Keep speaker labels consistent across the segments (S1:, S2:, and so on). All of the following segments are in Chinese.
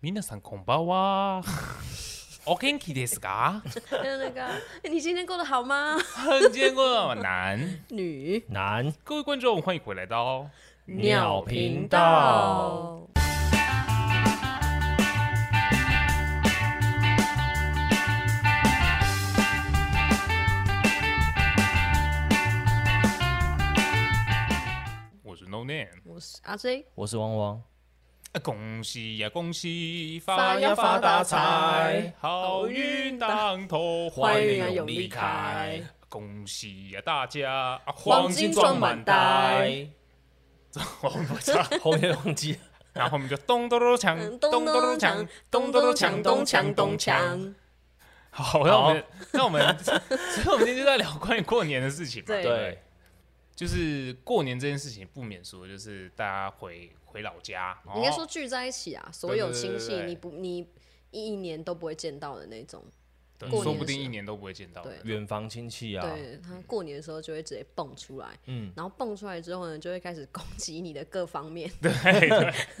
S1: 皆さんこんばんは。 お元気です か？
S2: 还有那个，哎你今天过得好吗？
S1: 很见过难。
S2: 女
S3: 男
S1: 各位观众，欢迎回来到
S3: 鸟频道。
S1: 我是 No Name。
S2: 我是阿 J，
S3: 我是汪汪，
S1: 啊恭喜呀恭喜，
S2: 发呀发大财，
S1: 好运当头，
S2: 坏
S1: 坏
S2: 运
S1: 运
S2: 要
S1: 永
S2: 勇
S1: 离
S2: 离
S1: 开
S2: 开。
S1: 恭喜呀大家，啊
S2: 黄金撞满袋，
S1: 我们不唱，
S3: 后面忘记 了
S1: 然后我们就咚咚咚锵，
S2: 嗯
S1: 咚咚咚锵，咚咚咚锵，咚锵咚锵。。好，那我们那我们， 所以我们今天就在聊关于过年的事情嘛。
S2: 对
S3: 对，
S1: 就是过年这件事情不免说，就是大家回回老家，
S2: 应该
S1: 哦
S2: 说聚在一起啊，所
S1: 对
S2: 有
S1: 对
S2: 亲
S1: 对
S2: 戚
S1: 对
S2: 你不你一年都不会见到的那种，
S1: 对
S2: 过年的
S1: 说不定
S2: 时候
S1: 一年都不会见到的。
S2: 对
S3: 远房亲戚啊，
S2: 对他过年的时候就会直接蹦出来，
S3: 嗯，
S2: 然后蹦出来之后呢，就会开始攻击你的各方面。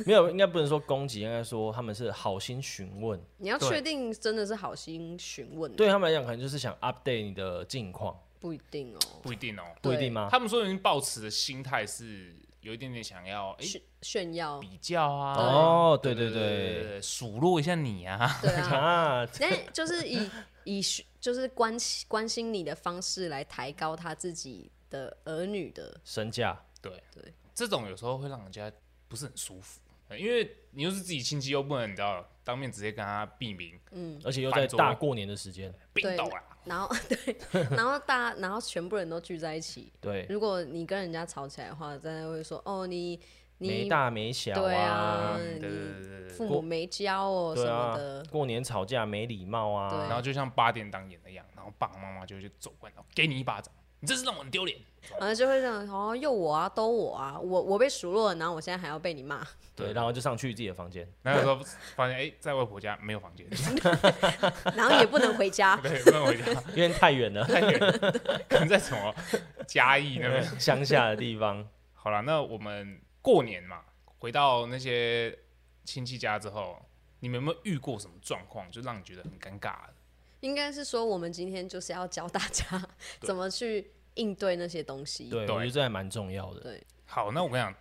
S3: 没有，应该不能说攻击，应该说他们是好心询问，
S2: 你要
S1: 对
S2: 确定真的是好心询问，，
S3: 对他们来讲可能就是想 update 你的近况，
S2: 不一定哦。
S1: 不一定 哦。
S3: 不一
S2: 对
S3: 定吗？
S1: 他们说人抱持的心态是有一点点想要哎、
S2: 炫炫耀，
S1: 比较啊，
S3: 哦，对对
S1: 对
S3: 对，
S1: 对，数落一下你啊，
S2: 对啊，
S3: 啊，
S2: 但就是以以学就是关心关心你的方式来抬高他自己的儿女的，
S3: 身价，
S1: 对
S2: 对，
S1: 这种有时候会让人家不是很舒服，呃因为你又是自己亲戚，又不能你知道当面直接跟他避名，
S2: 嗯，
S3: 而且又在
S1: 翻桌
S3: 大过年的时间，
S1: 冰
S2: 对
S1: 斗啊，
S2: 然后 对，然后大然后全部人都聚在一起，
S3: 对，
S2: 如果你跟人家吵起来的话，大家会说哦你
S3: 没
S2: 你
S3: 大没小
S2: 对
S3: 啊，
S2: 啊，
S1: 嗯对对对
S2: 你
S1: 对对对。
S2: 父母没教哦什
S3: 对
S2: 么
S3: 啊
S2: 的，，
S3: 过年吵架没礼貌
S2: 对
S3: 啊，
S1: 然后就像八点档演的一样，然后爸爸妈妈就就走过来，然后给你一巴掌，你这是让我很丢脸。
S2: 然后就会这样哦又我啊都我啊，我我被数落了，然后我现在还要被你骂，
S3: 对，然后就上去自己的房间，
S1: 然后有时候发现哎、在外婆家没有房间，
S2: 然后也不能回 家，
S1: 对，不能回家，
S3: 因为太远了，
S1: 太远了，可能在什么嘉义那边。
S3: 乡下的地方，
S1: 好了，那我们过年嘛，回到那些亲戚家之后，你们有没有遇过什么状况，就让你觉得很尴尬的？
S2: 应该是说，我们今天就是要教大家 怎么去应对那些东西。
S3: 对，我觉得这还蛮重要的。
S1: 好，那我跟你讲，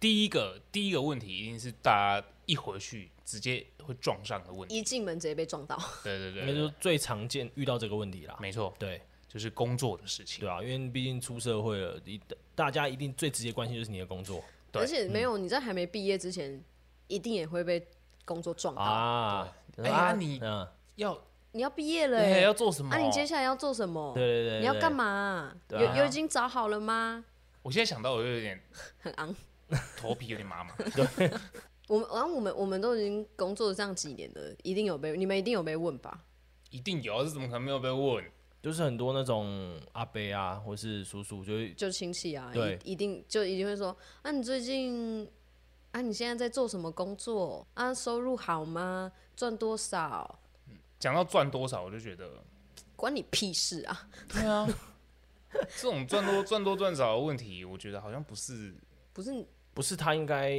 S1: 第一个第一个问题一定是大家一回去直接会撞上的问题。
S2: 一进门直接被撞到，
S1: 对对
S3: 应
S1: 对
S3: 该
S1: 对
S3: 说最常见遇到这个问题啦。
S1: 没错，
S3: 对
S1: 就是工作的事情。
S3: 对啊，因为毕竟出社会了，你大家一定最直接关心就是你的工作
S1: 对
S2: 而
S3: 嗯
S2: 且没有你在还没毕业之前，一定也会被工作撞到。
S3: 啊。
S1: 对哎呀你
S3: 嗯，
S1: 要
S2: 你要毕业了、
S1: 对
S2: 欸，
S1: 要做什么？
S2: 啊，你接下来要做什么？
S3: 对对对，
S2: 你要
S3: 对
S2: 干？嘛啊、
S3: 对
S2: 有
S3: 啊
S2: 有已经找好了吗？
S1: 我现在想到我就有点
S2: 很昂。
S1: 头皮有点麻麻。
S2: 我们，然后我们，我们都已经工作这样几年了，一定有被你们一定有被问吧？
S1: 一定有，这怎么可能没有被问？
S3: 就是很多那种阿伯啊，或是叔叔，就会
S2: 就亲戚啊，
S3: 对
S2: 一一定就一定会说，啊，你最近啊，你现在在做什么工作？啊，收入好吗？赚多少？
S1: 讲到赚多少，我就觉 得，
S2: 关你屁事啊！
S1: 对啊，这种赚多赚多赚少的问题，我觉得好像不是，
S2: 不是你，
S3: 不是他应该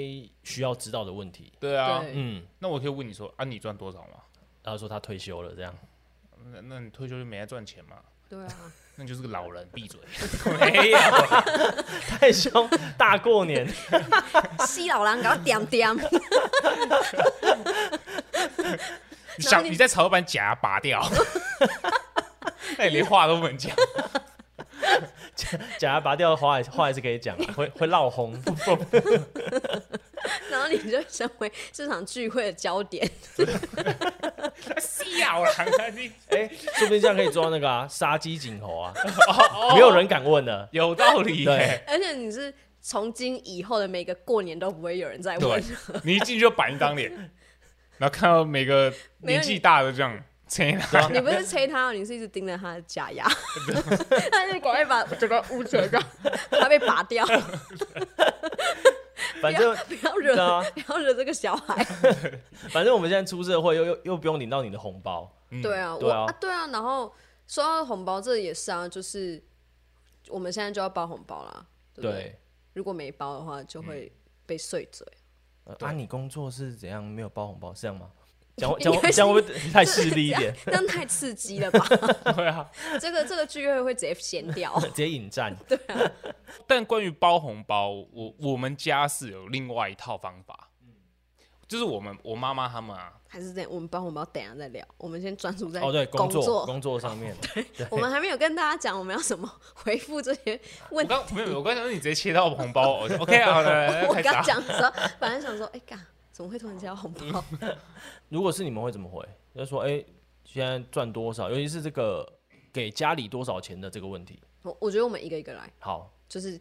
S3: 需要知道的问题。
S1: 对啊。
S2: 对
S3: 嗯，
S1: 那我可以问你说啊，你赚多少吗？
S3: 然后说他退休了这样，
S1: 那那你退休就没在赚钱嘛？
S2: 对啊，
S1: 那你就是个老人，闭嘴。没有，
S3: 太凶，大过年
S2: 西老狼搞点点，
S1: 你想你在朝板夹拔 掉， 那你连话都不能讲，
S3: 假牙拔掉，话还话还是可以讲啊，会会闹红。
S2: 然后你就成为这场聚会的焦点。
S1: 笑了。 你
S3: 哎，说不定这样可以做到那个啊，杀鸡儆猴啊，没有人敢问了。
S1: 有道理耶。
S2: 而且你是从今以后的每个过年都不会有人再 问，
S1: 你一进去就板一张脸， 然后看到每个年纪大的这样，天啊
S2: 你不是催他，哦你是一直盯着他的假牙，
S3: 啊
S2: 他就赶快把整个捂起来，他被拔掉，
S3: 反正
S2: 不要
S3: 对
S2: 惹，
S3: 啊，
S2: 不要惹这个小孩。
S3: 反正我们现在出社会又又又不用领到你的红包，
S2: 对啊，我
S3: 对啊
S2: 啊，对啊。然后说到红包，这也是啊，就是我们现在就要包红包啦，对不对？
S3: 对，嗯
S2: 如果没包的话，就会被碎嘴。
S3: 呃
S1: 对
S3: 啊，你工作是怎样？没有包红包是这 样吗？讲会
S2: 应
S3: 讲
S2: 该
S3: 会
S2: 是
S3: 讲会不会太势利一点？
S2: 这样太刺激了吧？
S1: 对啊。
S2: 这个这个聚会会直接闲 掉。
S3: 直接引战。
S1: 但关于包红包，我我们家是有另外一套方法，就是我们我妈妈他们啊，
S2: 还是这样，我们包红包等一下再聊，我们先专注在
S3: 哦，对，工
S2: 工哦
S3: 作工作上面，
S2: 我们还没有跟大家讲我们要怎么 回复这些
S1: 我
S2: 问题。
S1: 刚没有，我刚想说你直接切到红 包，我就 OK 好来来来
S2: 我
S1: 开始
S2: 刚
S1: 啊。
S2: 讲的时候，本来想说，哎、干，怎么会突然间要红包？
S3: 如果是你们会怎么回？就说哎、现在赚多少？尤其是这个给家里多少钱的这个问题。
S2: 我我觉得我们一个一个来，
S3: 好，
S2: 就是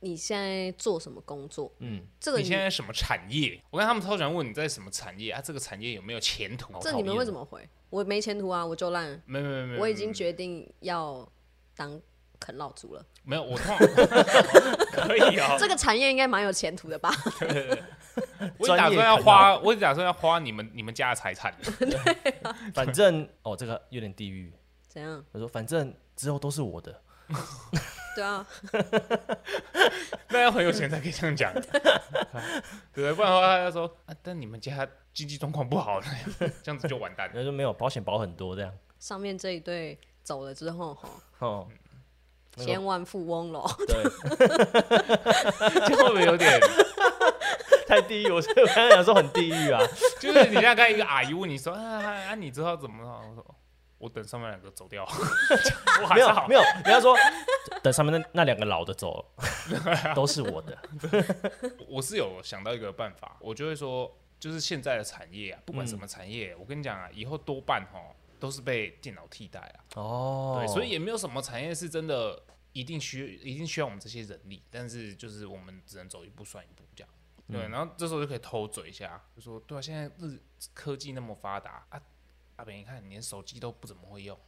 S2: 你现在做什么工作？
S3: 嗯，
S2: 这个
S1: 你现在什么产业？我看他们超喜欢问你在什么产业啊？这个产业有没有前途？
S2: 这你们会怎
S1: 么？
S2: 么回？我没前途啊，我就烂，
S1: 没有没有没有，
S2: 我已经决定要当啃老族了。
S1: 没有，我通常 可以哦。
S2: 这个产业应该蛮有前途的吧？
S1: 我已经打算要花，我已经打算要花你们你们家的财产。
S3: 反正哦，这个有点地狱。
S2: 怎样？
S3: 他说反正之后都是我的，
S2: 对啊，
S1: 那要很有钱才可以这样 讲，啊对，不然的话他就说啊，但你们家经济状况不好，这样子就完蛋了。
S3: 他说没有保险保很多这样。
S2: 上面这一对走了之后，吼，
S3: 哦，那个
S2: 千万富翁喽。
S3: 对，
S1: 这会不会有点？
S3: 太地狱。我是我刚才想说很地狱啊。
S1: 就是你现在看一个阿姨问你说啊啊啊，你之后怎么了？我说我等上面两个走掉， 我还
S3: 没
S1: 是
S3: 有
S1: 好
S3: 没有，人家说等上面那那两个老的走了， 都是我的。
S1: 我是有想到一个办法，我就会说，就是现在的产业啊，不管什
S3: 嗯
S1: 么产业，我跟你讲啊，以后多半哦都是被电脑替代啊，
S3: 哦，
S1: 对，所以也没有什么产业是真的一定需一定需要我们这些人力，但是就是我们只能走一步算一步这样。对，然后这时候就可以偷嘴一下，就说对啊，现在日科技那么发达啊，阿北你看你连手机都不怎么会用，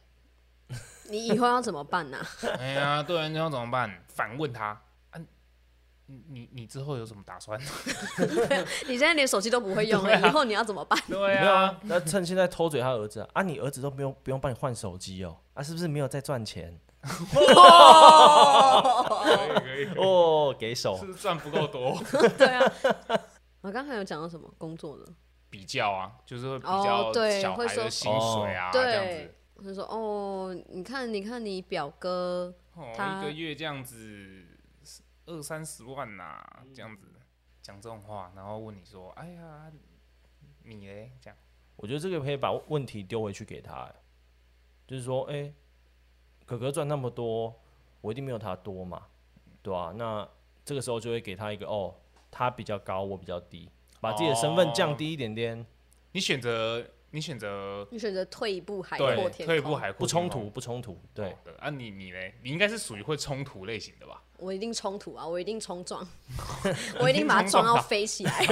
S2: 你以后要怎么办啊呢、
S1: 哎呀，对啊，你要怎么办？反问他啊，你你你之后有什么打 算？
S2: 你现在连手机都不会用了，欸
S1: 啊
S2: 以后你要怎么办？
S1: 对
S3: 没有啊，那趁现在偷嘴他儿子啊，啊你儿子都不用不用帮你换手机哦，啊是不是没有在赚钱？
S1: 可以可以。
S3: 哦，给手
S1: 是不是赚不够多，
S2: 对啊，我刚才有讲到什么工作呢？
S1: 比较啊，就是会比
S2: 哦
S1: 较
S2: 对哦
S1: 小孩的薪水啊，这样
S2: 对
S1: 子，，
S2: 我就说哦，你看，你看你表哥，
S1: 哦，一
S2: 他
S1: 个月这样子二三十万呐、
S2: 嗯
S1: 这样子讲这种话，然后问你说，哎呀，你嘞，这样，
S3: 我觉得这个可以把问题丢回去给他、哎就是说，哎、哥哥赚那么多，我一定没有他多嘛，对吧、那这个时候就会给他一个哦，他比较高，我比较低，把自己的身份降低一点点，
S1: 你选择你选择
S2: 你选择退一步海阔
S1: 对
S2: 天
S1: 退一步
S2: 空，
S1: 海阔
S3: 不冲
S1: 天
S3: 突，
S1: 空，
S3: 不冲突，对
S1: 好，的啊你你嘞，你应该是属于会冲突类型的吧？
S2: 我一定冲突啊，我一定冲撞，我一定把它撞到飞起来，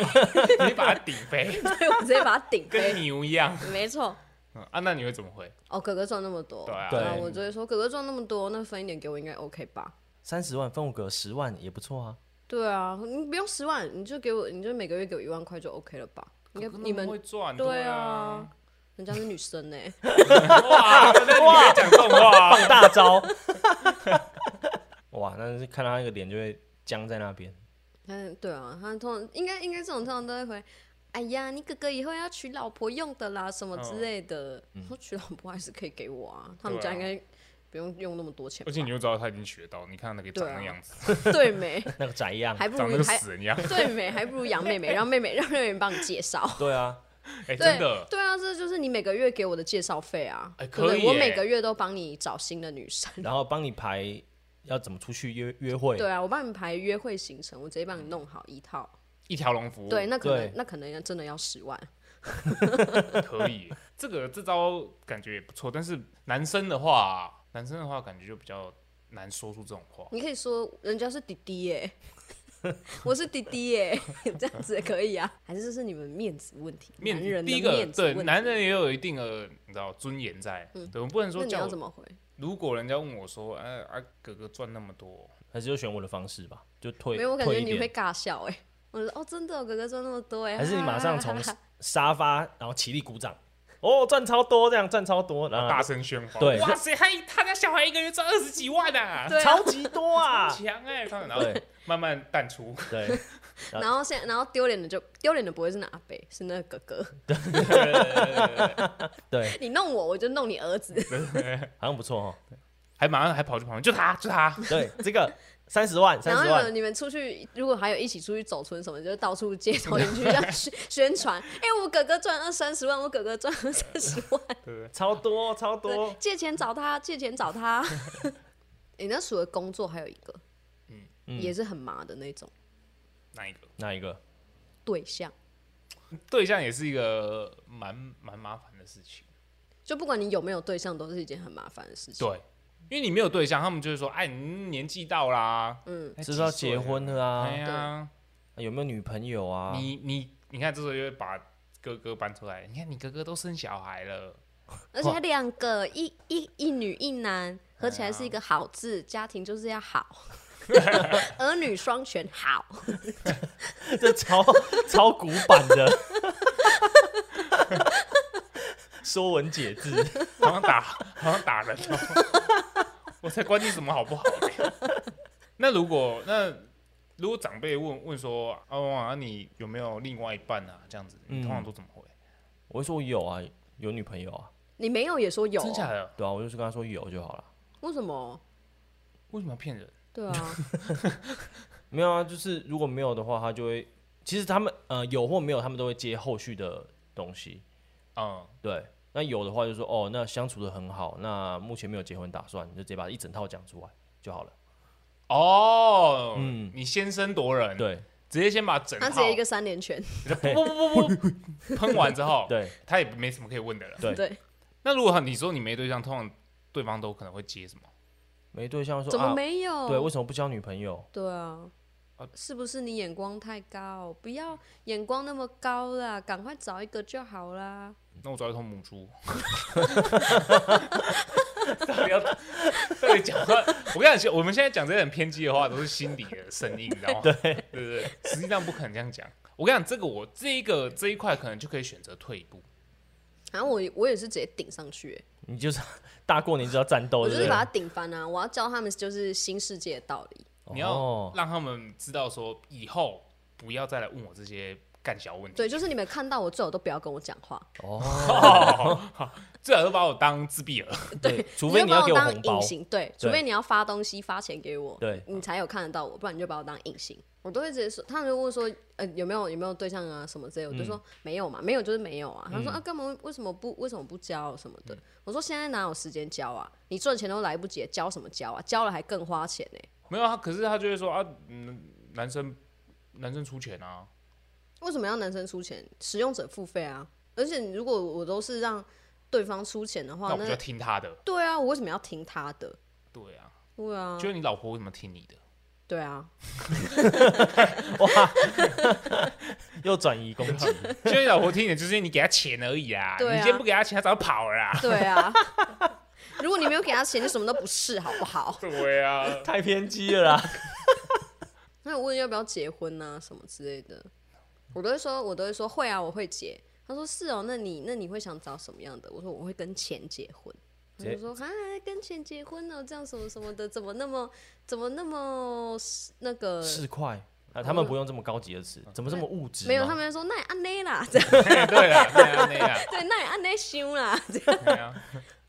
S1: 你把它顶 飞，
S2: 对我直接把它顶
S1: 跟
S2: 飞。
S1: 牛一样
S2: 没错，
S1: 嗯啊？那你会怎么回？
S2: 哦，哥哥赚那么多，
S1: 对啊
S2: 然后
S3: 对
S2: 我就会说哥哥赚那么多，那分一点给我应该 OK 吧？
S3: 三十万分我哥十万也不错啊，
S2: 对啊，你不用十万，你就给我，你就每个月给我一万块就 OK 了吧？应该
S1: 哥哥
S2: 你
S1: 那么
S2: 们
S1: 会赚，
S2: 对
S1: 啊
S2: 啊，人家是女生欸呢、
S1: 哇，那你讲这种话 啊，
S3: 放大招， 哇，那是看他那个脸就会僵在那边，
S2: 嗯，对啊，他通常应该应该这种通常都会回，哎呀，你哥哥以后要娶老婆用的啦，什么之类的。说娶老婆还是可以给我啊，他们
S1: 嗯对
S2: 家
S1: 啊
S2: 应该不用用那么多钱吧
S1: 而。且你就知道他已经学到，你看他那个长那样子，
S2: 对没？
S3: 那个宅样，
S2: 还不
S1: 嗯长得
S2: 如
S1: 跟
S2: 还
S1: 死人一样。
S2: 对啊没？还不如养 妹妹，让妹妹让妹妹帮你介绍。
S3: 对啊，
S1: 哎，
S2: 对
S1: 真的，
S2: 对啊，这就是你每个月给我的介绍费啊。
S1: 哎
S2: 对不
S1: 可
S2: 对
S1: 以
S2: 我
S1: 耶
S2: 每个月都帮你找新的女生。
S3: 然后帮你排要怎么出去约约会，
S2: 对啊，我帮你排约会行程，我直接帮你弄好一套。
S1: 一条龙服务，
S2: 对，，那可
S3: 对
S2: 能那可能真的要十万。
S1: 可以。这个这招感觉也不错，但是男生的话，男生的话感觉就比较难说出这种话。
S2: 你可以说人家是弟弟耶、我是弟弟耶、 这样子也可以啊？还是这是你们面子问题？
S1: 面
S2: 男人
S1: 第
S2: 的
S1: 一个
S2: 面子
S1: 对
S2: 问题
S1: 男人也有一定的你知道尊严在，对我不能
S2: 那
S1: 说
S2: 你
S1: 叫
S2: 要怎
S1: 我。
S2: 么回？
S1: 如果人家问我说，哎啊哥哥赚那么多，
S3: 还是就选我的方式吧，就退
S2: 没有，我感觉
S3: 退一
S2: 你会
S3: 点，
S2: 尬笑哎、我说哦，真的哦、哥哥赚那么多哎、
S3: 还是你马 上从
S2: 哈哈哈
S3: 沙发然后起立鼓掌，哦，赚超多这样，赚超多，然后
S1: 大声喧哗，
S3: 对
S1: 哇塞，他他家小孩一个月赚二十几万啊，
S2: 对啊
S3: 超级多啊，
S1: 强哎，他然后
S3: 对
S1: 慢慢淡出。
S3: 对，那
S2: 然后现在，然后丢脸的就丢脸的不会是那阿北，是那个哥哥。
S3: 对，
S2: 你弄我，我就弄你儿子。
S3: 好像不错哦。
S1: 还马上还跑去旁边，就他就他，
S3: 对，这个三十万，
S2: 然
S3: 三
S2: 后
S3: 十
S2: 你
S3: 万，
S2: 们你们出去，如果还有一起出去走村什么，就到处街头邻居这样宣宣传。哎、我哥哥赚二三十万，我哥哥赚二三十万，
S1: 对不对？
S3: 超多超
S2: 对
S3: 多，。
S2: 借钱找他，借钱找他。 你、那除了工作还有一个，
S3: 嗯
S2: 也是很麻的那种
S1: 哪一个
S3: 哪一个？
S2: 对象。
S1: 对象也是一个蛮蛮麻烦的事情。
S2: 就不管你有没有对象，都是一件很麻烦的事情。
S1: 对，因为你没有对象，他们就是说，哎，你年纪到啦，
S2: 嗯，
S1: 哎
S3: 知道结。婚了
S1: 几岁啊
S3: 啊
S1: 哎，呀，
S3: 有没有女朋友啊？
S1: 你你你看，这时候就会把哥哥搬出来。你看你哥哥都生小孩 了，
S2: 而且两个一一一女一男合起来是一个好字，家庭就是要好， 儿女双全好。
S3: 这超超古板的，《说文解字》
S1: 好像打好像打人哦。 我才关心什么好 不好呢、那如果那如果长辈问问说，阿旺啊，你有没有另外一半啊？这样子，
S3: 嗯
S1: 你通常都怎么回？
S3: 我会说有啊，有女朋友啊，
S2: 你没有也说有哦、
S1: 真假的？
S3: 对啊，我就是跟他说有就好了。
S2: 为什么？
S1: 为什么要骗人？
S2: 对啊，
S3: 没有啊，就是如果没有的话，他就会，其实他们呃有或没有，他们都会接后续的东西。
S1: 嗯，
S3: 对，那有的话就说哦，那相处的很好，那目前没有结婚打算，你就直接把一整套讲出来就好了。
S1: 哦，
S3: 嗯
S1: 你先声夺人，，
S3: 对
S1: 直接先把整
S2: 他
S1: 套
S2: 直接一个三连拳，
S1: 不不不不不 喷完之后，
S3: 对，
S1: 他也没什么可以问的了。
S3: 对
S2: 对，
S1: 那如果你说你没对象，通常对方都可能会接什么？
S3: 没对象说
S2: 怎么
S3: 啊，
S2: 没有？
S3: 对，为什么不交女朋友？
S2: 对啊
S1: 啊。
S2: 是不是你眼光太高？不要眼光那么高啦，赶快找一个就好啦。
S1: 那我找一头母猪。到底要到底讲话？我跟你讲，我们现在讲这些很偏激的话，都是心里的声音，你知道吗？对对对，实际上不可能这样讲。我跟你讲，这个我这一个这一块可能就可以选择退一步。
S2: 然啊后我我也是直接顶上去、欸
S3: 你就是 大过年就要战斗，
S2: 我就
S3: 哦对
S2: 是
S3: 不
S2: 把
S3: 对？
S2: 他顶翻啊！我要教他们就是新世界的道理。
S1: 你要
S3: 哦
S1: 让他们知道说，以后不要再来问我这些干小问题。
S2: 对，就是你们看到我最好都不要跟我讲话，
S3: 哦，
S1: 哦，最好都把我当自闭儿。
S3: 对，除
S2: 你
S3: 非
S2: 就
S3: 你
S2: 把
S3: 要给我
S2: 当
S3: 红包
S2: 隐，形，对，除非你要发东西发钱给我，
S3: 对
S2: 你才有看得到我，不然你就把我当隐形。我都会直接说，他们就问说，呃，有没有有没有对象啊什么之类的，
S3: 嗯
S2: 我就说、没有嘛，没有就是没有啊。他说啊，干嘛为什么不为什么不交什么
S3: 嗯
S2: 的？我说现在哪有时间交啊？你赚钱都来不及，交什么交啊？交了还更花钱欸呢、
S1: 没有啊，可是他就会说啊，嗯，男生男生出钱啊，
S2: 为什么要男生出钱？使用者付费啊！而且如果我都是让对方出钱的话，
S1: 那
S2: 那
S1: 我就要听他的。
S2: 对啊，我为什么要听他的？
S1: 对啊，
S2: 对啊，
S1: 就是你老婆为什么听你的？
S2: 对啊，
S3: 又转移攻 击，
S1: 就是你老婆听你的，就是因为你给她钱而已啊。
S2: 对啊
S1: 你今天不给她钱，她早就跑了啦。
S2: 对啊，如果你没有给他钱，你什么都不是，好不好？
S1: 对啊，
S3: 太偏激了啦。
S2: 那我问要不要结婚啊，什么之类的，我都会说，我都会说会啊，我会结。他说是哦，那你那你会想找什么样的？我说我会跟钱结婚。他
S3: 结
S2: 就说啊，跟钱结婚哦，这样什么什么的，怎么那么怎么那么那个？
S3: 四块啊，他们不用这么高级的词，怎么这么物质吗？
S2: 没有，他们就说那也安内啦， 这样
S1: 对啦，那样那样
S2: 对，那也安内修啦， 这样
S1: 对啊。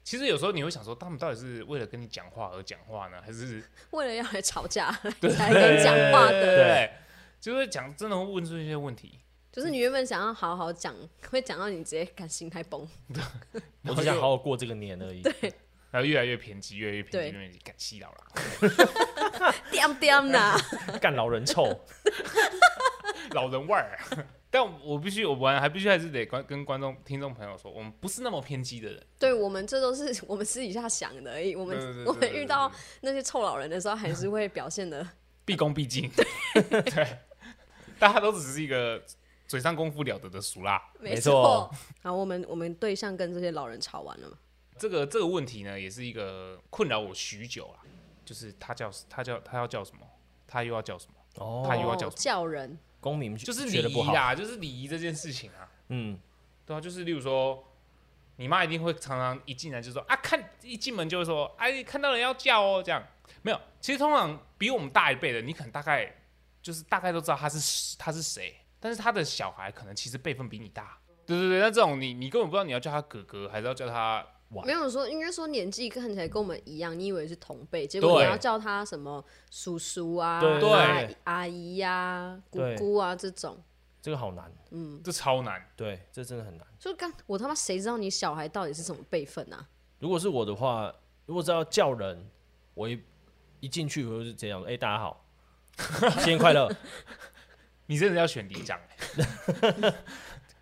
S1: 其实有时候你会想说，他们到底是为了跟你讲话而讲话呢，还是
S2: 为了要来吵架才跟讲话
S1: 对
S2: 的
S1: 对，对就是讲真的会问出一些问题。
S2: 就是你原本想要好好讲，会讲到你直接感心态崩。
S3: 我只想好好过这个年而已。
S1: 然后越来越偏激，越来越偏激，
S2: 对
S1: 越来越感洗脑了。
S2: 点点啦，
S3: 干老人 臭，
S1: 老人味儿。但我必须，我玩还必须还是得观跟观众、听众朋友说，我们不是那么偏激的人。
S2: 对我们这都是 我们私底下想的而已。我们
S1: 对对对
S2: 我们
S1: 对对
S2: 遇到那些臭老人的时候，还是会表现的。
S1: 毕恭毕敬， 对，大家都只是一个嘴上功夫了得的俗啦。
S3: 没
S2: 错
S3: 错。
S2: 好，我们我们对象跟这些老人吵完了嘛？
S1: 这个这个问题呢，也是一个困扰我许久啦。就是他叫他叫他要叫什么，他又要叫什么，
S3: 哦，
S1: 他又要叫
S2: 哦
S1: 什么，
S2: 叫人，
S3: 公民
S1: 就是
S3: 学的
S1: 礼
S3: 不
S1: 仪
S3: 好。
S1: 啦，就是礼仪这件事情啊，
S3: 嗯，
S1: 对啊，就是例如说，你妈一定会常常一进来就说啊，看一进门就会说，哎、看到人要叫哦，这样没有。其实通常比我们大一辈的，你可能大概就是大概都知道他是他是谁，但是他的小孩可能其实辈分比你大。对对对，那这种你你根本不知道你要叫他哥哥还是要叫他
S2: 没有说，应该说年纪看起来跟我们一样，你以为是同辈，结果你
S1: 对
S2: 要叫他什么叔叔啊、
S3: 对
S2: 阿
S1: 对
S2: 阿姨呀、啊、姑
S3: 对
S2: 姑啊这种，
S3: 这个好难，
S1: 这超难。
S3: 对，这真的很难。
S2: 就干我他妈谁知道你小孩到底是什么辈分啊？
S3: 如果是我的话，如果是要叫人，我一一进去我就是这样，哎、大家好，新年快乐。
S1: 你真的要选里长、欸，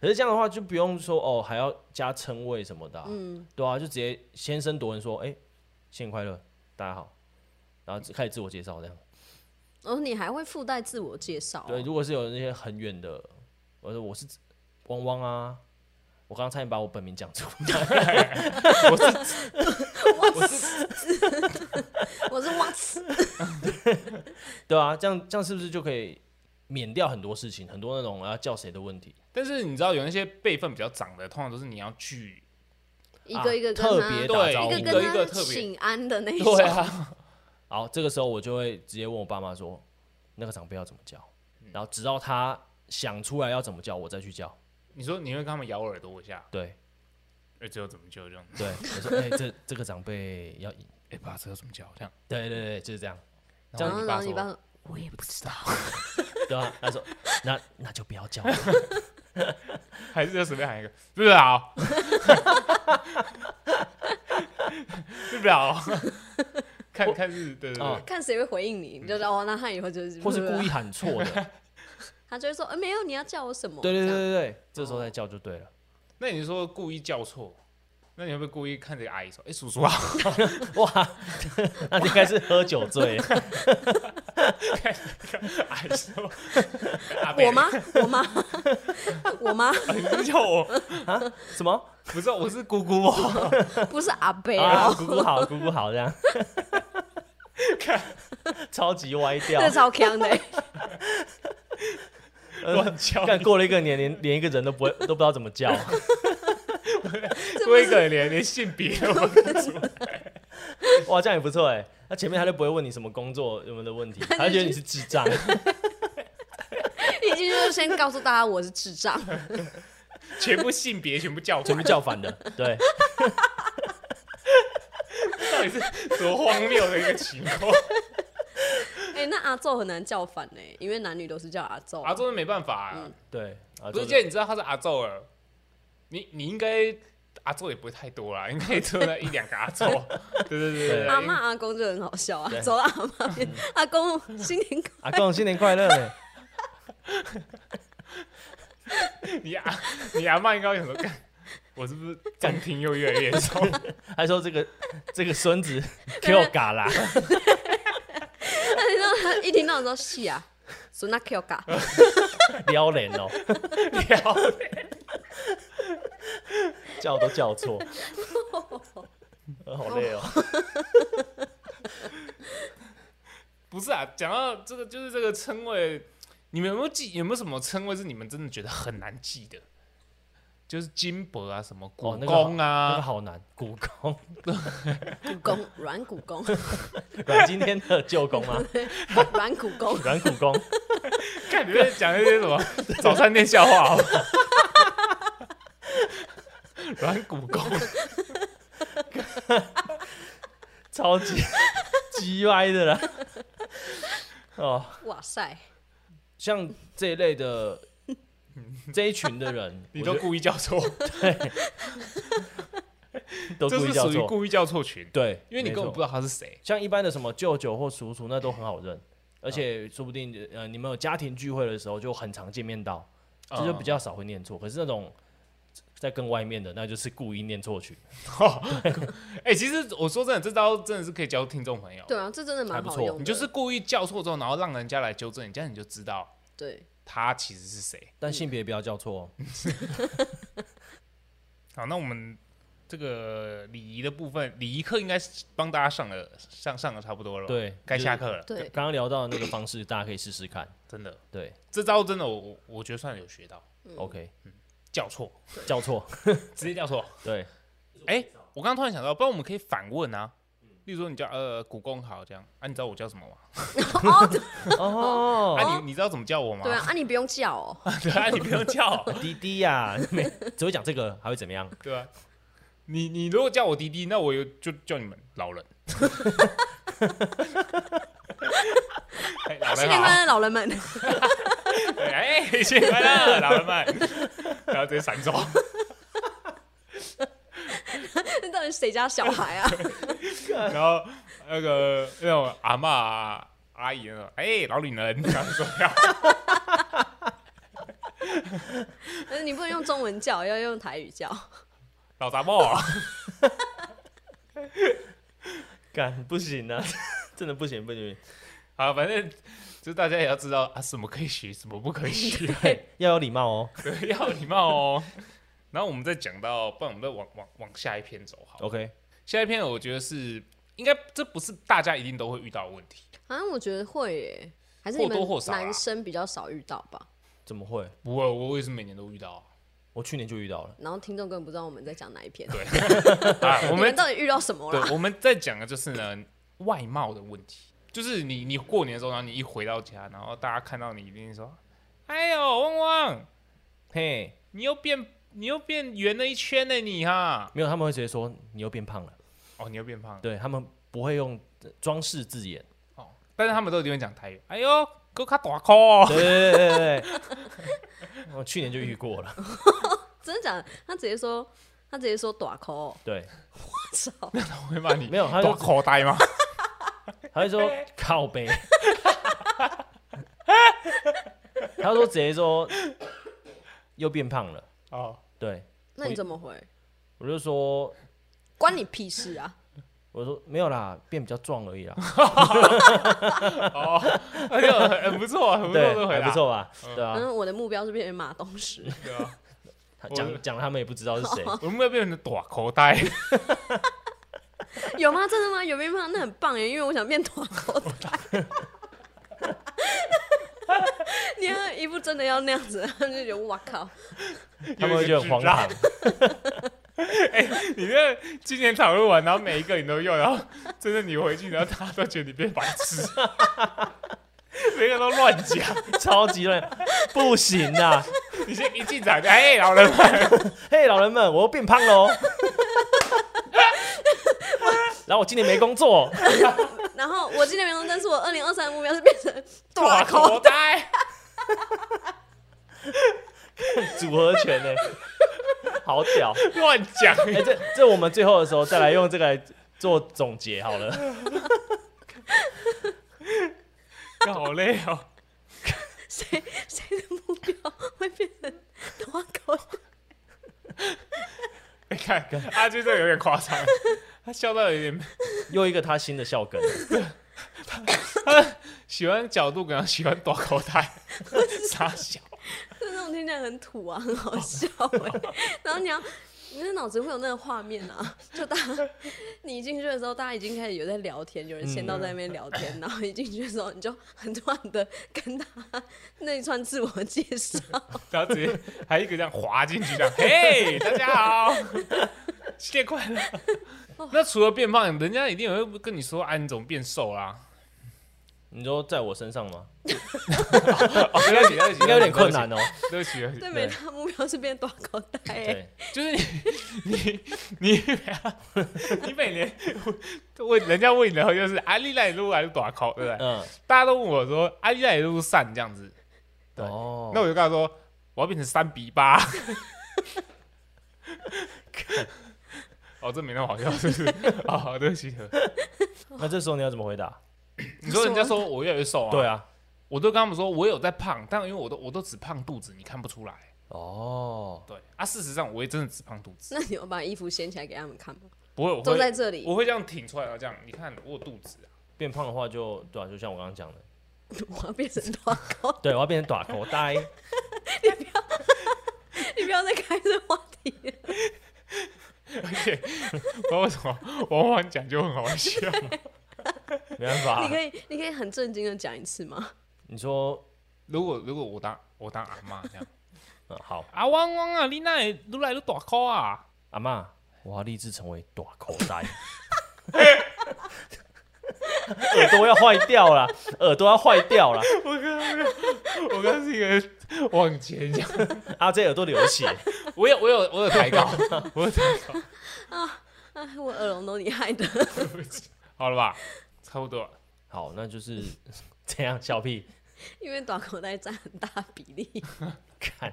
S3: 可是这样的话就不用说哦，还要加称谓什么的、嗯，对啊，就直接先声夺人说，哎、新年快乐，大家好，然后自开始自我介绍这样。
S2: 然后你还会附带自我介绍啊、
S3: 对，如果是有那些很远的，我说我是汪汪啊，我刚刚差点把我本名讲出来，
S2: 我是哇塞，
S3: 对啊，这样这样是不是就可以免掉很多事情，很多那种要叫谁的问题？
S1: 但是你知道有那些辈分比较长的，通常都是你要去
S2: 一个一个
S3: 啊
S2: 跟
S3: 特
S2: 他，
S3: 别打
S1: 对
S3: 招呼，
S2: 一
S1: 一
S2: 个
S1: 个一
S2: 跟
S1: 个
S2: 他
S1: 特别
S2: 请安的那种。
S1: 对啊，
S3: 好，这个时候我就会直接问我爸妈说，那个长辈要怎么叫，然后直到他想出来要怎么叫，我再去叫。
S1: 你说你会跟他们咬耳朵一下，
S3: 对
S1: 哎，这要怎么叫这样？
S3: 对，我说哎、这这个长辈要赢，
S1: 哎，爸，这要怎么叫这样？
S3: 对对对，就是这样。这
S2: 然
S3: 样
S2: 后然
S3: 你爸
S2: 后你
S3: 说
S2: 爸，说，我也不知道，
S3: 对啊，他说那那就不要叫了，
S1: 还是要随便喊一个日老， 日老，看看是，对对
S3: 哦
S1: 对，
S2: 看谁会回应你，你就知道哦，那他以后就是
S3: 或是故意，喊错 的，
S2: 他就会说，呃，没有，你要叫我什么？
S3: 对对对
S2: 这样，
S3: 对对，这时候再叫就对了。
S1: 那你说故意叫错，那你会不会故意看这个阿姨说，哎，叔叔啊，
S3: 哇，那应该是喝酒醉。
S1: 阿姨说，阿伯
S2: 我？妈，我妈，我妈
S1: 啊你不是叫我，
S3: 啊什么？
S1: 不是，我是姑姑哦。
S2: 不是阿贝
S3: 啊，
S2: 哦，
S3: 姑姑好，姑姑好，这样。 看，超级歪掉
S2: 这，超强的， 欸
S1: 乱叫
S3: 看呃过了一个年，连连一个人都不会，都不知道怎 么叫。
S1: 规格连连性别都不清楚，
S3: 哇，这样也不错哎。那前面他就不会问你什么工作有没有的问题， 他就觉得你是智障。
S2: 已经就是先告诉大家我是智障，
S1: 全部性别全部叫
S3: 全
S1: 反
S3: 部，叫反的，对，
S1: 到底是多荒谬的一个情况。
S2: 哎，那阿宙很难叫反呢，因为男女都是叫阿宙，
S1: 阿宙是没办法啊，
S3: 对，啊
S1: 不是，
S3: 这
S1: 既然你知道他是阿宙了，你你应该阿宙也不会太多啦，应 该也只有那一两个阿 宙。对对对对，
S2: 阿妈阿公就很好笑啊
S3: 对，
S2: 走到阿妈面，阿公新年快
S3: 阿公新年快乐哎，
S1: 你阿你阿妈应该会想说，干我是不是暂停又越来越 重？
S3: 还说这个这个 孙子给我嘎啦，
S2: 乐，然后 他一听到说是啊，说那 Q 嘎，
S3: 撩脸 哦，
S1: 聊
S3: 叫都叫错，好累哦。
S1: 不是啊，讲到这个就是这个称谓，你们有没有记？有没有什么称谓是你们真的觉得很难记的？就是金箔啊，什么古
S3: 哦那个
S1: 公
S3: 那
S1: 啊
S3: 个，好难，古公，
S2: 骨公软骨公
S3: 阮今天的舅公吗？
S2: 软骨公，
S3: 阮古公，
S1: 看你们在讲一些什么早餐店笑话好 吗？软骨功，
S3: 超级鸡歪的啦。 哦，
S2: 哇塞，
S3: 像这一类的这一群的 人，
S1: 你都
S3: 我觉
S1: 故意叫错，
S3: 得都
S1: 这
S3: 故意
S1: 是
S3: 叫
S1: 属于
S3: 错，
S1: 故意叫错群，
S3: 对，
S1: 因为你根本不知
S3: 道。
S1: 道他是谁。
S3: 像一般的什么舅舅或叔叔，那都很好认，而且说不定呃，你们有家庭聚会的时候就很常见面到，这就比较少会念错。可是那种在更外面的，那就是故意念错去，
S1: 嗯。哎、其实我说真的，这招真的是可以教听众朋友。
S2: 对啊，这真的
S3: 还
S2: 蛮
S3: 不
S2: 好
S3: 错
S2: 用的，
S1: 你就是故意叫错之后，然后让人家来纠正你，这样你就知道
S2: 对，
S1: 他其实是谁。
S3: 但性别不要叫错哦。
S1: 好，那我们这个礼仪的部分，礼仪课应该是帮大家上了上上的差不多了，，
S3: 对，
S1: 该
S3: 就是
S1: 下课了，
S2: 对，
S3: 刚刚聊到的那个方式，大家可以试试看。
S1: 真的，
S3: 对
S1: 这招真的我我我觉得算有学到，
S3: ，OK，
S1: 叫错，
S3: 叫错，
S1: 直接叫错。
S3: 对，嗯
S1: 哎、我刚刚突然想到，不然我们可以反问啊，例如说你叫呃古公好这样，啊，你知道我叫什么吗？
S3: 哦，
S1: 啊，你你知道怎么叫我吗？
S2: 对啊，啊你不用叫哦，
S1: 对啊，你不用叫，
S3: 滴滴呀，啊没只会讲这个，还会怎么样？
S1: 对吧、你你如果叫我弟弟，那我有就叫你们老人。哎老
S2: 新
S1: 人
S2: 年
S1: 好
S2: 快，乐，老人们。
S1: 对哎，新年快乐，老人们，然后直接闪走。
S2: 那到底谁家小孩啊？
S1: 然后那个那种阿嬷啊、阿姨那种，哎、老女人，然后说要
S2: 可是你不能用中文叫，要用台语叫。
S1: 老杂毛，啊
S3: 干不行啊， 真的不行不行，
S1: 啊，反正就是大家也要知道啊，什么可以学，什么不可以学，
S3: 嘿，要有礼貌哦。
S1: 对，要有礼貌哦。然后我们再讲到，不然我们再往往往下一篇走好了。
S3: OK，
S1: 下一篇我觉得是应该这不是大家一定都会遇到的问题，
S2: 好像我觉得会耶，还是你
S1: 或多或
S2: 们
S1: 少啊
S2: 男生比较少遇到吧？
S3: 怎么会？
S1: 不会，我为什么每年都遇到啊？
S3: 我去年就遇到了。
S2: 然后听众根本不知道我们在讲哪一篇，
S1: 啊 我
S2: 我
S1: 们
S2: 到底遇到什么
S3: 啊
S2: 啦？
S1: 对我们在讲的就是呢外貌的问题，就是你你过年的时候，然后你一回到家，然后大家看到你一定说：“哎呦，汪汪，
S3: 嘿，
S1: 你又变你又变圆了一圈呢，你哈，
S3: 没有，他们会直接说你又变胖了。
S1: 哦，你又变胖了
S3: 对他们不会用呃装饰字眼。
S1: 哦。”但是他们都一定会讲台语，哎呦，够卡大口。哦
S3: 对对对对对对，我去年就遇过了。
S2: 真的假的？他直接说，他直接说短扣哦，
S3: 对，
S2: 操！
S1: 我 会骂你
S3: 没有他就
S1: 大口呆吗？
S3: 他会说靠背，他说直接说又变胖了。
S1: 哦，
S3: 对，
S2: 那你怎么回？
S3: 我就说
S2: 关你屁事啊！
S3: 我说没有啦，变比较壮而 已啦。
S1: 哎呦，很不错，很不错
S3: 对
S1: 的，回
S3: 还
S1: 答，
S3: 不错吧？对啊，
S2: 嗯，我的目标是变成马东石，
S1: 对啊。
S3: 他
S1: 我哦
S3: 讲讲他们也不知道是谁。
S1: 我们要变成大口呆，
S2: 有吗？真的吗？有变胖？那很棒耶，因为我想变短扣的。你看，一副真的要那样子，他们就觉得哇靠，
S3: 他们会觉得很荒唐。
S1: 哎你这今年讨论完，然后每一个你都用，然后真的你回去，然后大家都觉得你变白痴，每个都乱讲。
S3: 超级乱，不行啊！
S1: 你先一进场就哎、老人们，
S3: 嘿，老人们，我又变胖哦喽。 然后我今年没工作，
S2: 然后我今年没有，但是我二零二三目标是变成
S1: 大
S2: 短
S1: 口
S2: 口。
S1: 袋，
S3: 组合拳呢、好屌！
S1: 乱讲。
S3: 哎、这这我们最后的时候再来用这个来做总结好了。
S1: 好累哦，
S2: 谁谁的目标会变成短口？
S1: 你看阿军这个有点夸张，他笑到有点
S3: 又一个他新的笑梗，
S1: 喜欢角度感，喜欢大口袋， 傻笑。
S2: 就那种听起来很土啊，很好笑哎、然后你要，你的脑子会有那个画面啊，就大家你一进去的时候，大家已经开始有在聊天，有人先到在那边聊天，然后一进去的时候，你就很突然的跟他那一串自我介绍，
S1: 然后直接还一个这样滑进去，这样， 嘿，大家 好，新年快乐。那除了变胖，人家一定也会跟你说，哎、你怎么变瘦啦、
S3: 你说在我身上吗？
S1: 哦，对不起， 对不起，
S3: 应该有点困难哦、
S1: 对不起。对不起，
S2: 对没？他目标是变短口袋、欸，
S3: 对，
S1: 就是你你你你每年问人家问你的时候，就是阿丽奈路还是短口，对不对？
S3: 嗯，
S1: 大家都问我说阿丽奈路散这样子，对
S3: 哦，
S1: 那我就跟他说我要变成三比八。 哦，这没那么好笑，是不是？哦，好对不起。
S3: 那这时候你要怎么回答？
S1: 你说人家说我越来越瘦啊？
S3: 对，啊，
S1: 我都跟他们说我有在胖，但因为我都我都只胖肚子，你看不出来。
S3: 哦，
S1: 对啊，事实上我也真的只胖肚子，
S2: 那你有把衣服掀起来给他们看吗？
S1: 不会，我
S2: 都
S1: 会
S2: 在这里，
S1: 我会这样挺出来，然后这样，你看我有肚子啊，
S3: 变胖的话就对啊，就像我刚刚讲的，
S2: 我要变成短口袋，
S3: 对我要变成短口袋。
S2: 你不要再开这话题了。
S1: 而且不知道为什么往往讲就很好 笑，
S3: 没办法
S2: 你，可以，你可以很震惊的讲一次吗？
S3: 你说，
S1: 如果如果我当我当阿妈这样，
S3: 嗯，好，
S1: 阿汪汪 啊，你那里撸来撸大口啊，
S3: 阿妈，我要立志成为短口袋。耳朵要坏掉了，耳朵要坏掉了，
S1: 我刚我刚是一个往前讲，
S3: 阿 J 啊耳朵流血，
S1: 我有我有我有抬 高，我有抬高，
S2: 哎，我耳聋都你害的。
S1: 好了吧，差不多了。
S3: 好，那就是 这样，小屁
S2: 因为短口袋占很大比例。
S3: 看，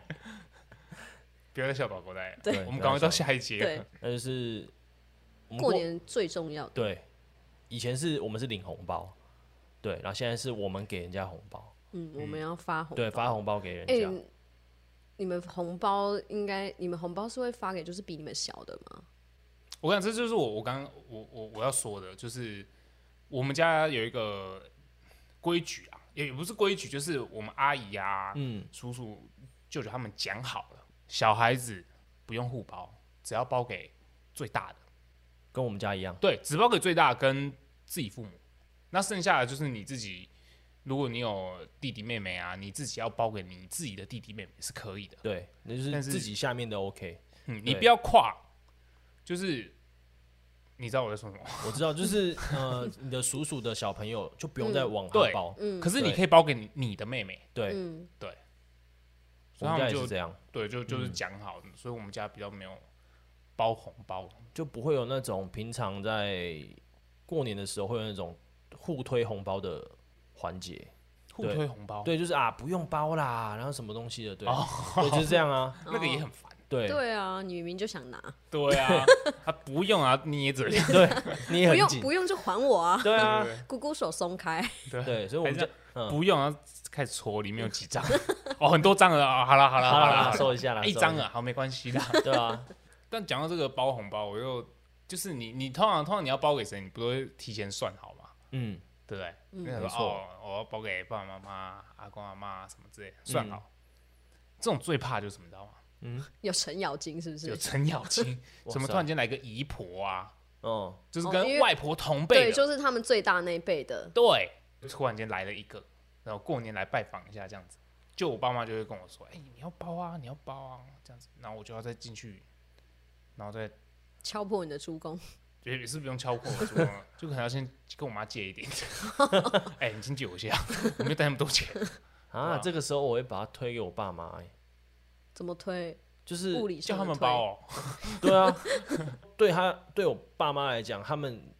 S1: 不要再笑宝宝袋了，
S2: 对
S1: 我们赶快到下一节
S2: 对。，
S3: 那就是我们
S2: 过年最重要的，
S3: 对，以前是我们是领红包，对，然后现在是我们给人家红包，
S2: 嗯，我们要发红包。
S3: 对，发红包给人
S2: 哎、
S3: 家，
S2: 你们红包应该，你们红包是会发给就是比你们小的吗？
S1: 我想这就是我我刚我我我要说的，就是我们家有一个规矩啊，也也不是规矩，就是我们阿姨啊、
S3: 嗯，
S1: 叔叔、舅舅他们讲好了，小孩子不用互包，只要包给最大的。
S3: 跟我们家一样，
S1: 对，只包给最大跟自己父母，那剩下的就是你自己。如果你有弟弟妹妹啊，你自己要包给你自己的弟弟妹妹是可以的。
S3: 对，那就
S1: 但
S3: 是
S1: 是
S3: 自己下面的 OK，
S1: 嗯，你
S3: 对
S1: 不要跨，就是你知道我在说什么吗。
S3: 我知道，就是呃，你的叔叔的小朋友就不用再往
S1: 对
S3: 他包，
S1: 可是你
S3: 对
S1: 可以包给你你的妹妹，
S3: 对，
S2: 嗯，
S1: 所以
S3: 我
S1: 他
S3: 们家
S1: 们
S3: 也
S1: 就是
S3: 这样，嗯
S1: 对，就就是讲好的，所以我们家比较没有包红包。
S3: 就不会有那种平常在过年的时候会有那种互推红包的环节，
S1: 互推红包，
S3: 对，就是啊，不用包啦，然后什么东西的，对，对，就是这样啊，
S1: 那个也很烦。
S3: 对，
S2: 对啊，你明明就想拿，
S1: 对啊， 啊不用啊，你 也只能
S3: 对，你也
S2: 不
S3: 很
S2: 用
S3: 紧，
S2: 不用就还我啊，
S3: 对啊，
S2: 姑姑手松开，
S3: 对，所以我们
S1: 还是
S3: 就嗯，
S1: 不用啊，开始戳里面有几张， 哦，很多张了啊，好了好了
S3: 好
S1: 好
S3: 啦
S1: 了好
S3: 好 啦，
S1: 啦
S3: 收一下啦，
S1: 一
S3: 收
S1: 张
S3: 下，
S1: 啊，好没关系啦。
S3: 对啊，
S1: 但讲到这个包红包，我又就是你你通常通常你要包给谁，你不都会提前算好吗？
S3: 嗯，
S1: 对不对？那
S3: 没
S1: 个
S3: 错
S1: 哦，我要包给爸爸妈妈、阿公阿妈什么之
S3: 嗯
S1: 类的，算好。这种最怕就是什么，你知道吗？
S2: 有程咬金是不
S1: 有
S2: 是？
S1: 程咬金，
S3: 哇
S1: 什么
S3: 塞
S1: 突然间来个姨婆啊，
S3: 哦，
S1: 就是
S2: 哦因
S1: 跟
S2: 为
S1: 外婆同辈
S2: 对，
S1: 的，
S2: 就是他们最大那一辈的，
S1: 对，突然间来了一个，然后过年来拜访一下这样子，就我爸妈就会跟我说，哎、你要包啊，你要包啊，这样子，然后我就要再进去，然后再
S2: 敲破你的猪弓，
S1: 也也是不用敲破我说， 就可能要先跟我妈借一点，哎、你先借我一下， 我没有带那么多 钱，
S3: 啊，
S1: 啊
S3: 这个时候我会把它推给我爸妈，哎，
S2: 怎么推？
S3: 就是
S2: 物理
S1: 叫他
S2: 上的
S1: 们
S2: 推
S1: 包、哦，
S3: 对啊，对他对我爸妈来讲，他们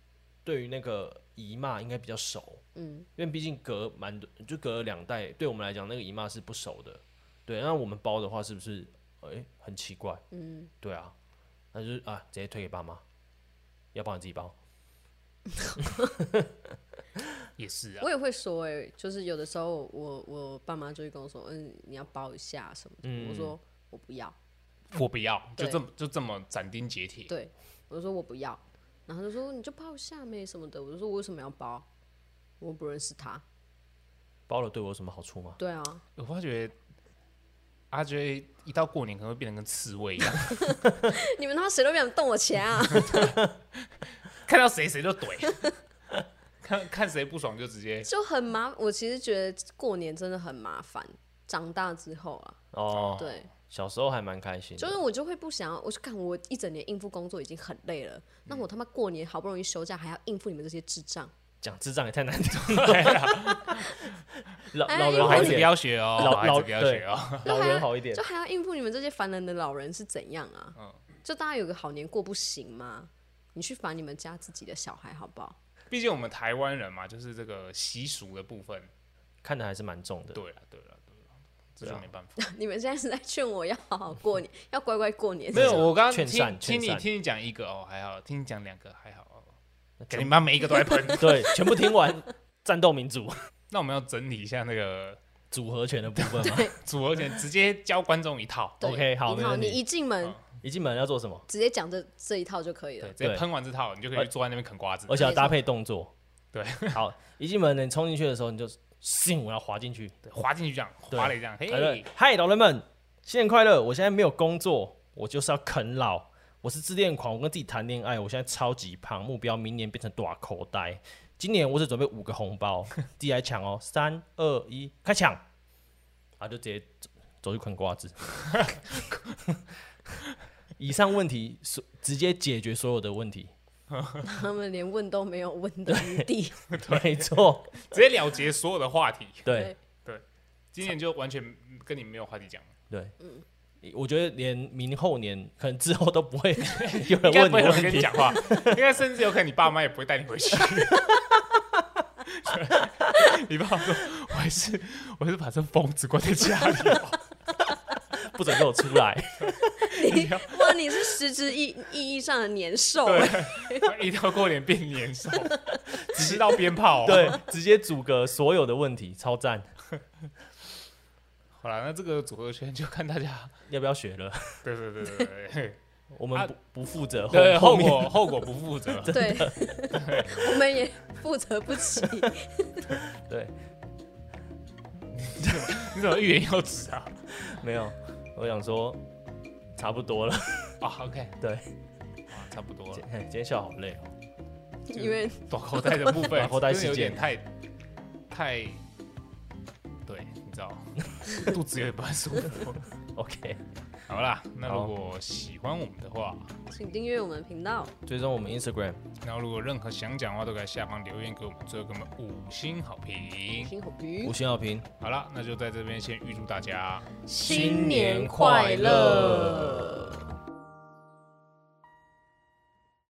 S3: 对于那个姨妈应该比较熟，
S2: 嗯，
S3: 因为毕竟隔蛮多，就隔了两代，对我们来讲那个姨妈是不熟的。对，那我们包的话是不是哎、很奇怪？嗯，对啊，那就是啊直接推给爸妈，要帮你自己包。
S1: 也是啊，
S2: 我也会说、哎，就是有的时候我我爸妈就会跟我说，嗯，你要包一下什么的，
S1: 嗯
S2: 我说我不要，
S1: 我不要，就
S2: 对
S1: 这么就这么斩钉截铁，
S2: 对，我就说我不要，然后他就说你就包一下没什么的，我就说我为什么要包？我不认识他，
S3: 包了对我有什么好处吗？
S2: 对啊，
S1: 我发觉阿 J 一到过年可能会变得跟刺猬一 样，
S2: 你们他妈谁都不想动我 钱啊！
S1: 看到谁谁就怼， 看看谁不爽就直接
S2: 就很麻，我其实觉得过年真的很麻烦。长大之后啊，
S3: 哦，
S2: 对，
S3: 小时候还蛮开心的，
S2: 就是我就会不想要，我就看我一整年应付工作已经很累了，
S3: 嗯
S2: 那我他妈过年好不容易休假，还要应付你们这些智障，
S3: 讲智障也太难听了。 老
S2: 哎
S3: 老
S1: 老
S2: 因
S3: 人
S2: 为
S3: 好
S1: 孩
S3: 一
S1: 子不
S3: 点，
S1: 要学哦，
S3: 老
S1: 孩
S3: 老
S1: 子不要学哦。
S3: 老人好一点
S2: 就。还要应付你们这些烦人的老人是怎样啊？
S3: 嗯
S2: 就大家有个好年过不行吗？你去烦你们家自己的小孩好不好？
S1: 毕竟我们台湾人嘛，就是这个习俗的部分。
S3: 看的还是蛮重的。
S1: 对了，对了，对了，这
S3: 啊
S1: 就没办法。
S2: 你们现在是在劝我要好好过年，要乖乖过年？
S1: 没有，我刚刚
S3: 劝
S1: 听
S3: 善
S1: 听
S3: 劝
S1: 你
S3: 善
S1: 听你讲一个哦，还好；听你讲两个还好哦。感觉你妈每一个都在喷。
S3: 对，全部听完战斗民族
S1: 那我们要整理一下那个
S3: 组合拳的部分吗？
S1: 组合拳，直接教观众一套，
S2: 对
S3: OK，好
S2: 一
S3: 没
S2: 套
S3: 问题
S2: 你一进门
S3: 一进门要做什么？
S2: 直接讲这这一套就可以了
S1: 对，。直接喷完这套，你就可以去坐在那边啃瓜子
S3: 而。且要搭配动作。
S1: 对，
S3: 好，一进门你冲进去的时候，你就信我要滑进去。
S1: 对滑进去这样，
S3: 对
S1: 滑了一这样，
S3: 哎对
S1: 嘿，
S3: 嗨，老人们，新年快乐！我现在没有工作，我就是要啃老。我是自恋狂，我跟自己谈恋爱。我现在超级胖，目标明年变成大口袋。今年我只准备五个红包，自己来抢哦！三二一，开抢！啊，就直接走走去啃 瓜子。 以上问题所直接解决所有的问题。
S2: 他们连问都没有问的余地。
S3: 没错，
S1: 直接了结所有的话题。
S3: 对
S1: 今年就完全跟你没有话题讲，
S3: 对，嗯我觉得连明后年可能之后都不 会有
S1: 应
S3: 人
S1: 该
S3: 问
S1: 不会有人
S3: 问
S1: 跟
S3: 题
S1: 你。讲话，应该甚至有可能你爸妈也不会带你回去。 你爸妈说：“我还是我还是把这疯子关在家里吧。
S3: 不准给我出 来。
S2: 你 哇，你是实质意意义上的年兽，
S1: 对，一到过年变年兽，吃到鞭炮、哦。，
S3: 对，直接阻隔所有的问题，超赞！
S1: 好了，那这个组合圈就看大家。
S3: 要不要学了？
S1: 对对对对对对，
S3: 我们
S1: 啊
S3: 不、不负责
S1: 对
S3: 后
S1: 后
S3: 面
S1: 果后果不负责。
S2: 对，我们也负责不 起。
S3: 对，
S1: 你怎么欲言又止啊？
S3: 没有。我想说，差不多了。
S1: 啊，OK，
S3: 对，
S1: 啊差不多了
S3: 今。嘿今天笑好累哦。
S2: 因为
S1: 短口袋的部分，
S3: 短口袋
S1: 真的有
S3: 事件
S1: 点太太，对，你知道， 肚子有点不太舒 服。
S3: OK，
S1: 好啦，那
S3: 好
S1: 如果喜欢我们的话，
S2: 请订阅我们的频道，
S3: 追踪我们 Instagram，
S1: 然后如果任何想讲的话，都可以在下方留言给我们，最后给我们五星好评。
S2: 辛苦鱼
S3: 五，星好评。
S1: 好啦，那就在这边先预祝大家
S2: 新年快
S3: 快
S2: 乐。